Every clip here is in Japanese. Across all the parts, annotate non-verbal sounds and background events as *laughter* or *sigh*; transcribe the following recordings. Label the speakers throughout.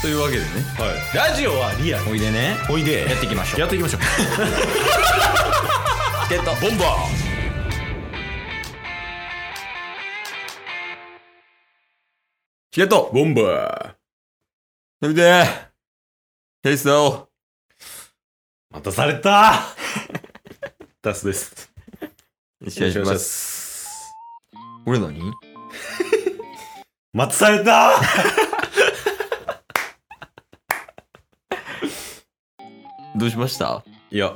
Speaker 1: というわけでね
Speaker 2: はい、ラジオはリアル
Speaker 1: おいでね
Speaker 2: おいで
Speaker 1: やっていきましょう
Speaker 2: やっていきましょう
Speaker 1: ゲット
Speaker 2: ボンバ
Speaker 1: ゲット
Speaker 2: ーボンバ
Speaker 1: 見てケイスだお
Speaker 2: ー待たされたダスです
Speaker 1: 失礼します
Speaker 2: す
Speaker 1: 俺何
Speaker 2: 待たされた
Speaker 1: どうしました
Speaker 2: いや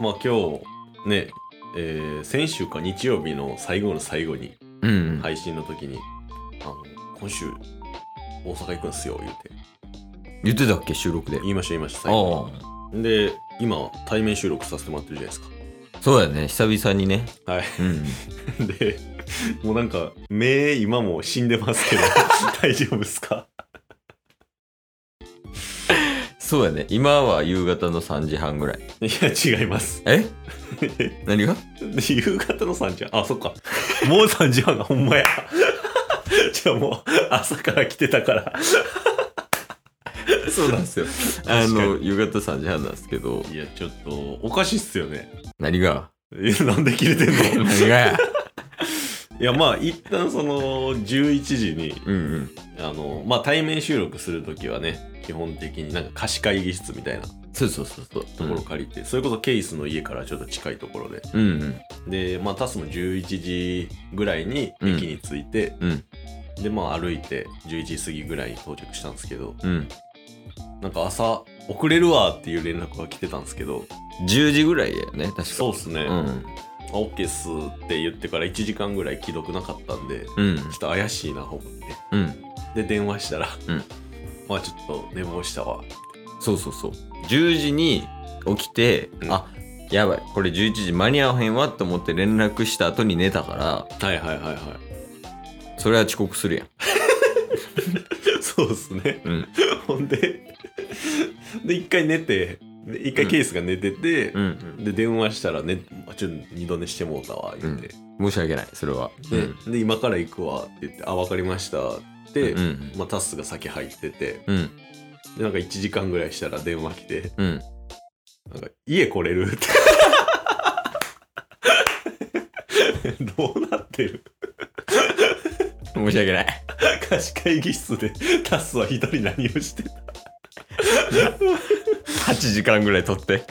Speaker 2: まあ今日ねえー、先週か日曜日の最後の最後に
Speaker 1: うん、
Speaker 2: 配信の時に「あの今週大阪行くんすよ」言うて
Speaker 1: 言ってたっけ収録で
Speaker 2: 言いました言いました
Speaker 1: あ
Speaker 2: 最後
Speaker 1: あ
Speaker 2: で今対面収録させてもらってるじゃないですか
Speaker 1: そうだよね久々にね
Speaker 2: はい *laughs*
Speaker 1: うん
Speaker 2: で、もうなんか、目、今も死んでますけど、 *laughs* 大丈夫ですか *laughs*
Speaker 1: そうやね今は夕方の3時半ぐらい
Speaker 2: いや、違います。
Speaker 1: *laughs* え何が
Speaker 2: 夕方の3時半。あ、そっか。もう3時半がほんまや。じゃあもう、朝から来てたから。
Speaker 1: そうなんですよあ
Speaker 2: 確か
Speaker 1: の夕方3時半なんですけど
Speaker 2: いや、ちょっと、おかしいっすよね。
Speaker 1: 何が
Speaker 2: えなんで切れてん *laughs* の
Speaker 1: 何がや
Speaker 2: いや、まあ、一旦その、11時に、
Speaker 1: うんうん
Speaker 2: あの、まあ、対面収録するときはね、基本的になんか貸し会議室みたいな
Speaker 1: そうそうそうそう
Speaker 2: ところ借りて、それこそケイスの家からちょっと近いところで、
Speaker 1: うんうん
Speaker 2: で、まあ、タスも11時ぐらいに
Speaker 1: うん
Speaker 2: 駅に着いて、
Speaker 1: うん
Speaker 2: で、まあ、歩いて11時過ぎぐらいに到着したんですけど、
Speaker 1: うん
Speaker 2: なんか朝、遅れるわっていう連絡が来てたんですけど、
Speaker 1: 10時ぐらいだよね確か
Speaker 2: そうっすね、
Speaker 1: う
Speaker 2: あ
Speaker 1: ん
Speaker 2: オッケーっすって言ってから1時間ぐらい既読なかったんで、ちょ
Speaker 1: うん
Speaker 2: っと怪しいな、ほぼね。
Speaker 1: うん
Speaker 2: で、電話したら、
Speaker 1: うん
Speaker 2: まあ、ちょっと寝坊したわ。
Speaker 1: そうそうそう10時に起きて、
Speaker 2: うん
Speaker 1: あやばいこれ11時間に合わへんわと思って連絡した後に寝たから
Speaker 2: はいはいはいはい。 *laughs*
Speaker 1: それは遅刻するやん
Speaker 2: そうっすね。
Speaker 1: うん
Speaker 2: ほんで、 *laughs* で、一回寝て、で一回ケースが寝てて、
Speaker 1: うん
Speaker 2: で電話したらね「あちょっと二度寝してもうたわ」言って、
Speaker 1: 申し訳ないそれは
Speaker 2: でで今から行くわ」って言って「あ分かりました」って、
Speaker 1: うんうん
Speaker 2: まあ、タスが先入ってて
Speaker 1: うん
Speaker 2: でなんか1時間ぐらいしたら電話来て
Speaker 1: うん
Speaker 2: 「なんか家来れ *laughs* る?」ってどうなってる
Speaker 1: 申し訳ない
Speaker 2: 貸し会議室でタスは一人何をしてた
Speaker 1: 8時間ぐらい取って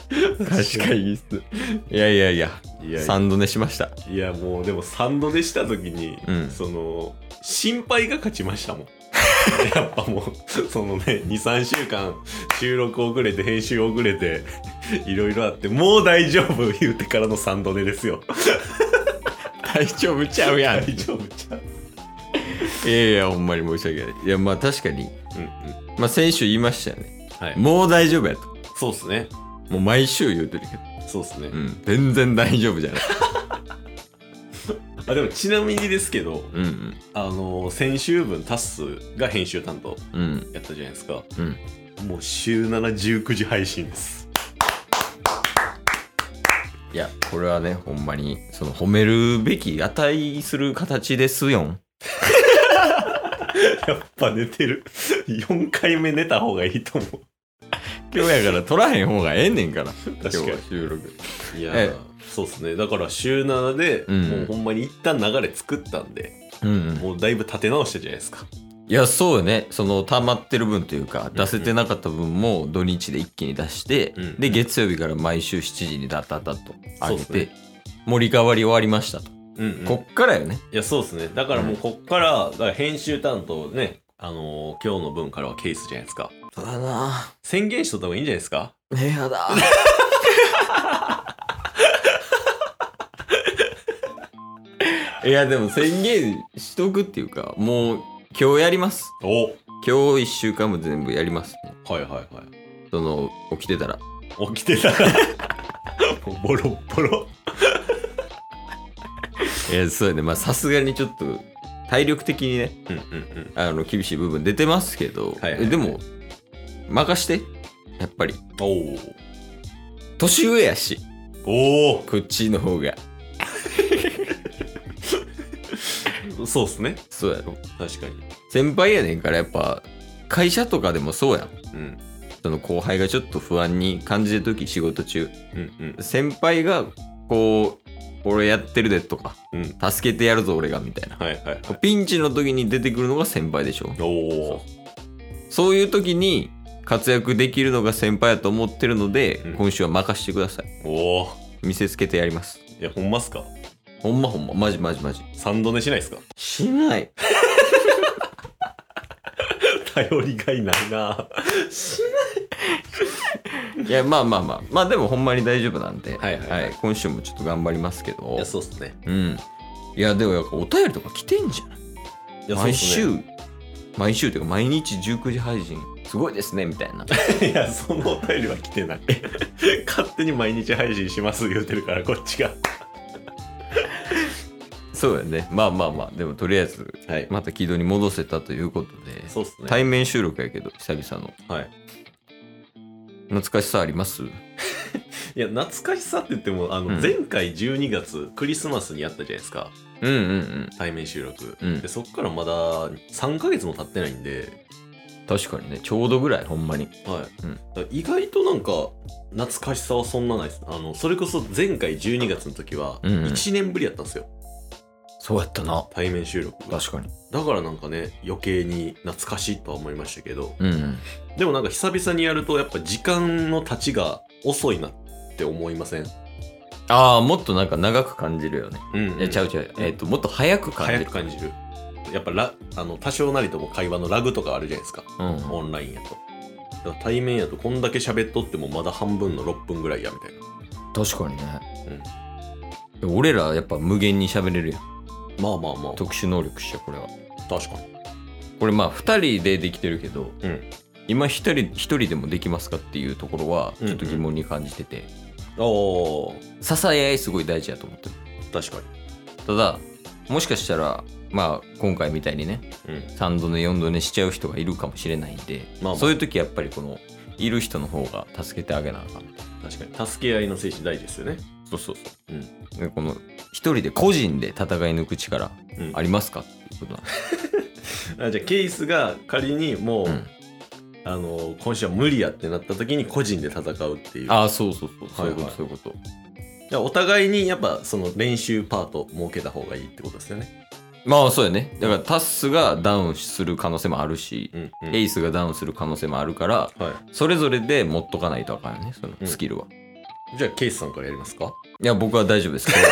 Speaker 1: 貸し会議室いやいやいや
Speaker 2: いやいや
Speaker 1: 3度寝しました
Speaker 2: いやもうでも3度でした時に、
Speaker 1: うん
Speaker 2: その心配が勝ちましたもん *laughs* やっぱもうそのね23週間収録遅れて編集遅れていろいろあってもう大丈夫言うてからの3度寝ですよ
Speaker 1: 大丈夫ちゃうやんい
Speaker 2: 大丈夫ちゃう
Speaker 1: やいやほんまに申し訳ないいやまあ確かに、
Speaker 2: うんうん
Speaker 1: まあ、先週言いましたよね
Speaker 2: はい
Speaker 1: もう大丈夫やと
Speaker 2: そうっすね
Speaker 1: もう毎週言うてるけど、
Speaker 2: そうっすね、
Speaker 1: うん、全然大丈夫じゃない
Speaker 2: あでもちなみにですけど
Speaker 1: うんうん
Speaker 2: あの先週分タッスが編集担当
Speaker 1: うん
Speaker 2: やったじゃないですか
Speaker 1: うん
Speaker 2: もう週719時配信です
Speaker 1: いやこれはねほんまにその褒めるべき値する形ですよん
Speaker 2: やっぱ寝てる4回目寝た方がいいと思う
Speaker 1: 今日やから取らへん方がええねんから今
Speaker 2: か
Speaker 1: 日
Speaker 2: に
Speaker 1: は収録
Speaker 2: いや
Speaker 1: え
Speaker 2: ーそうっすねだから週7で、
Speaker 1: うん
Speaker 2: もうほんまに一旦流れ作ったんで
Speaker 1: うん、うん、
Speaker 2: もうだいぶ立て直したじゃないですか
Speaker 1: いやそうよねその溜まってる分というか出せてなかった分も土日で一気に出して、
Speaker 2: うん
Speaker 1: で月曜日から毎週7時にダッダッダッと上げ
Speaker 2: そうで
Speaker 1: て、もうリカバリー終わりましたと、
Speaker 2: うん、うん、
Speaker 1: こっからよね
Speaker 2: いやそうっすねだからもうこっからだから編集担当ねあのー今日の分からはケースじゃないですか
Speaker 1: そうだな
Speaker 2: 宣言しとった方がいいんじゃないですか
Speaker 1: 部屋だ *laughs* いやでも宣言しとくっていうかもう今日やります
Speaker 2: お
Speaker 1: 今日1週間も全部やりますね
Speaker 2: はいはいはい
Speaker 1: その起きてたら
Speaker 2: 起きてたらもうボロッボロ
Speaker 1: いやそうやねまあさすがにちょっと体力的にね
Speaker 2: うんうんうん
Speaker 1: あの厳しい部分出てますけど、
Speaker 2: はいはいはい
Speaker 1: でも任してやっぱり
Speaker 2: おー
Speaker 1: 年上やし
Speaker 2: お
Speaker 1: こっちの方が
Speaker 2: おそうっすね
Speaker 1: そうやろ
Speaker 2: 確かに
Speaker 1: 先輩やねんからやっぱ会社とかでもそうやん
Speaker 2: うん
Speaker 1: その後輩がちょっと不安に感じる時仕事中
Speaker 2: うん
Speaker 1: 先輩がこう「俺やってるで」とか
Speaker 2: うんうん
Speaker 1: 「助けてやるぞ俺が」みたいな
Speaker 2: はいはいはい
Speaker 1: ピンチの時に出てくるのが先輩でしょ
Speaker 2: おお
Speaker 1: そういう時に活躍できるのが先輩やと思ってるので、
Speaker 2: うん
Speaker 1: 今週は任してください
Speaker 2: おお
Speaker 1: 見せつけてやります
Speaker 2: いやほんまっすか
Speaker 1: ほんまほんまマジマジマジ
Speaker 2: 三度寝しないっすか
Speaker 1: しない
Speaker 2: 頼りがいないなし
Speaker 1: いやまあまあまあまあでもほんまに大丈夫なんで、
Speaker 2: はいはいはい
Speaker 1: 今週もちょっと頑張りますけど
Speaker 2: いやそうっすね
Speaker 1: うんいやでもやっぱお便りとか来てんじゃない
Speaker 2: いやそうっ
Speaker 1: 毎
Speaker 2: すね
Speaker 1: 週毎週というか毎日19時配信すごいですねみたいな *laughs*
Speaker 2: *laughs* いやそのお便りは来てない勝手に毎日配信します言うてるからこっちが
Speaker 1: そうやねまあまあまあでもとりあえず
Speaker 2: はい
Speaker 1: また軌道に戻せたということで
Speaker 2: そうっすね
Speaker 1: 対面収録やけど久々の
Speaker 2: はい
Speaker 1: 懐かしさあります
Speaker 2: いや懐かしさって言ってもあの、
Speaker 1: うん
Speaker 2: 前回12月クリスマスにやったじゃないですか
Speaker 1: うんうんうん
Speaker 2: 対面収録、
Speaker 1: うん
Speaker 2: でそっからまだ3ヶ月も経ってないんで、
Speaker 1: 確かにねちょうどぐらいほんまに
Speaker 2: はい
Speaker 1: うん
Speaker 2: だから意外となんか懐かしさはそんなないですあのそれこそ前回12月の時は
Speaker 1: うんうん
Speaker 2: 1年ぶりやったんですよ、
Speaker 1: そうやったな
Speaker 2: 対面収録が
Speaker 1: 確かに
Speaker 2: だからなんかね余計に懐かしいとは思いましたけど
Speaker 1: うんうん
Speaker 2: でもなんか久々にやるとやっぱ時間の経ちが遅いなって思いません
Speaker 1: ああもっとなんか長く感じるよね
Speaker 2: うん、
Speaker 1: いやちゃうちゃうえっ、ともっと早く感じ
Speaker 2: 早
Speaker 1: る
Speaker 2: く感じるやっぱラあの多少なりとも会話のラグとかあるじゃないですか
Speaker 1: うんうん
Speaker 2: オンラインやとだから対面やとこんだけ喋っとってもまだ半分の6分ぐらいやみたいな
Speaker 1: 確かにね、うん、俺らやっぱ無限に喋れるやん
Speaker 2: まあまあまあ
Speaker 1: 特殊能力っしょこれは
Speaker 2: 確かに
Speaker 1: これまあ2人でできてるけど、
Speaker 2: うん
Speaker 1: 今1人1人でもできますかっていうところは
Speaker 2: うん
Speaker 1: ちょっと疑問に感じてて、
Speaker 2: おー
Speaker 1: 支え合いすごい大事やと思ってる
Speaker 2: 確か
Speaker 1: ただもしかしたらまあ今回みたいにね
Speaker 2: にうん
Speaker 1: 3度寝4度寝しちゃう人がいるかもしれないんで、
Speaker 2: まあまあ
Speaker 1: そういう時やっぱりこのいる人の方が助けてあげなあかん
Speaker 2: 確かに助け合いの精神大事ですよね
Speaker 1: そうそう
Speaker 2: う
Speaker 1: う、でこの1人で個人で戦い抜く力
Speaker 2: うん
Speaker 1: ありますかっていうことなんです
Speaker 2: あじゃあケースが仮にもう、
Speaker 1: うん
Speaker 2: あの今週は無理やってなった時に個人で戦うっていう
Speaker 1: ああそうそうそうそう
Speaker 2: はいいうは
Speaker 1: こ
Speaker 2: い
Speaker 1: と、そういうこと
Speaker 2: じゃあお互いにやっぱその練習パート設けた方がいいってことですよね
Speaker 1: まあそうやねだからタスがダウンする可能性もあるし、
Speaker 2: うん、うん
Speaker 1: エイスがダウンする可能性もあるから
Speaker 2: は
Speaker 1: それぞれで持っとかないとあかんよねその
Speaker 2: うん
Speaker 1: スキルは、
Speaker 2: い、じゃあケースさんからやります
Speaker 1: *laughs*
Speaker 2: か
Speaker 1: いや僕は大丈夫ですこれ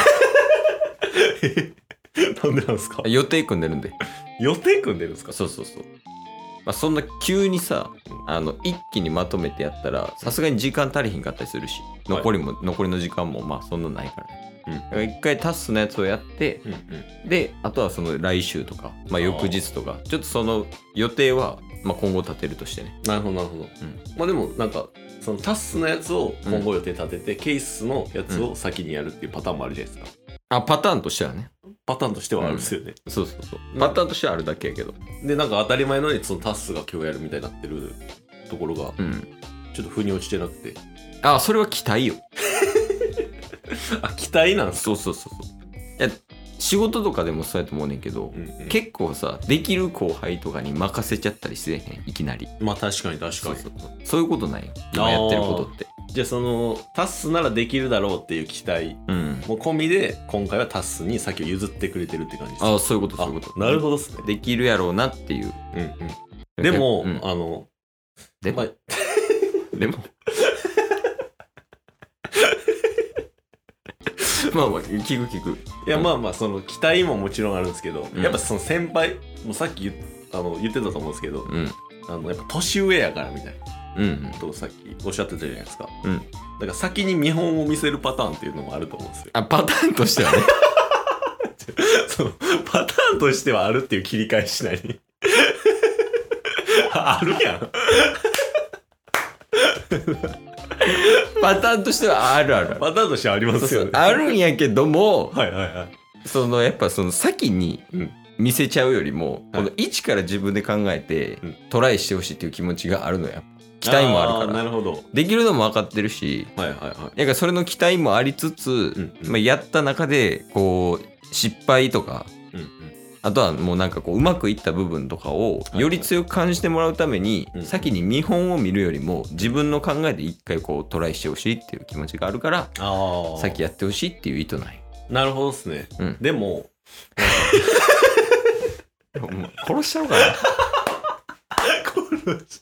Speaker 1: は
Speaker 2: なんでなんです *laughs* か
Speaker 1: 予定組んでるんで
Speaker 2: 予定組んでるんですか
Speaker 1: そうそうそうまあそんな急にさあの一気にまとめてやったらさすがに時間足りひんかったりするし
Speaker 2: はい
Speaker 1: 残りも、残りの時間もまあそんなないからね
Speaker 2: うん
Speaker 1: だから一回タスのやつをやって
Speaker 2: うんうん
Speaker 1: であとはその来週とか、まあ、翌日とかちょっとその予定は、まあ、今後立てるとしてね
Speaker 2: なるほどなるほど、
Speaker 1: うん
Speaker 2: まあでもなんかそのタスのやつを今後予定立てて、ケースのやつを先にやるっていうパターンもあるじゃないですか、
Speaker 1: あパターンとしてはね
Speaker 2: パターンとしてはあるんですよね、
Speaker 1: そうそうそう
Speaker 2: うん
Speaker 1: パターンとしてはあるだけやけど
Speaker 2: でなんか当たり前のようにそのタスが今日やるみたいになってるところが
Speaker 1: うん
Speaker 2: ちょっと腑に落ちてなくて
Speaker 1: あそれは期待よ
Speaker 2: あ期待なんす
Speaker 1: そうそうそうそういや仕事とかでもそうやと思うねんけど、
Speaker 2: うんうん
Speaker 1: 結構さできる後輩とかに任せちゃったりせえへんいきなり
Speaker 2: まあ確かに確
Speaker 1: そ
Speaker 2: か
Speaker 1: う
Speaker 2: に
Speaker 1: そうそうそういうことないよ今やってることって
Speaker 2: じゃあそのタスならできるだろうっていう期待
Speaker 1: うん
Speaker 2: も込みで今回はタスに先を譲ってくれてるって感じです
Speaker 1: ああそういうことそういうこと
Speaker 2: なるほどっすね、
Speaker 1: できるやろうなっていう
Speaker 2: うんうん、でも、
Speaker 1: うん
Speaker 2: あの
Speaker 1: でも、
Speaker 2: まあ
Speaker 1: で *laughs* もまあまあ聞く聞く
Speaker 2: いやまあまあその期待ももちろんあるんですけど、
Speaker 1: うん
Speaker 2: やっぱその先輩もうさっき言っあの言ってたと思うんですけど
Speaker 1: うん
Speaker 2: あのやっぱ年上やからみたいな
Speaker 1: うん
Speaker 2: ことをさっきおっしゃってたじゃないですか
Speaker 1: うんうん
Speaker 2: だから先に見本を見せるパターンっていうのもあると思うんです
Speaker 1: *laughs*
Speaker 2: よ
Speaker 1: あパターンとしてはね
Speaker 2: そのパターンとしてはあるっていう切り返しなり *laughs* あるやん
Speaker 1: *laughs* パターンとしてはあるあるある
Speaker 2: パターンとしてはありま
Speaker 1: そう
Speaker 2: す
Speaker 1: そ
Speaker 2: よ
Speaker 1: う
Speaker 2: ね
Speaker 1: あるんやけども
Speaker 2: はいはいはい
Speaker 1: そのやっぱその先に
Speaker 2: うん
Speaker 1: 見せちゃうよりも、
Speaker 2: はい
Speaker 1: この一から自分で考えて、
Speaker 2: うん
Speaker 1: トライしてほしいっていう気持ちがあるのよ期待もある
Speaker 2: ー
Speaker 1: か
Speaker 2: な
Speaker 1: ら
Speaker 2: るほど
Speaker 1: できるのも分かってるし
Speaker 2: はいはいは
Speaker 1: だからそれの期待もありつつ、
Speaker 2: うんうん
Speaker 1: まあ、やった中でこう失敗とか
Speaker 2: い、うんうん、
Speaker 1: あとはもうなんかこううまくいった部分とかを
Speaker 2: い
Speaker 1: より強く感じてもらうために
Speaker 2: うん
Speaker 1: 先に見本を見るよりも自分の考えで一回こうトライしてほしいっていう気持ちがあるから
Speaker 2: ああ
Speaker 1: さっきやってほしいっていう意図ない
Speaker 2: なるほどっすね、
Speaker 1: うん
Speaker 2: でも
Speaker 1: 殺しちゃおうかな *laughs*
Speaker 2: 殺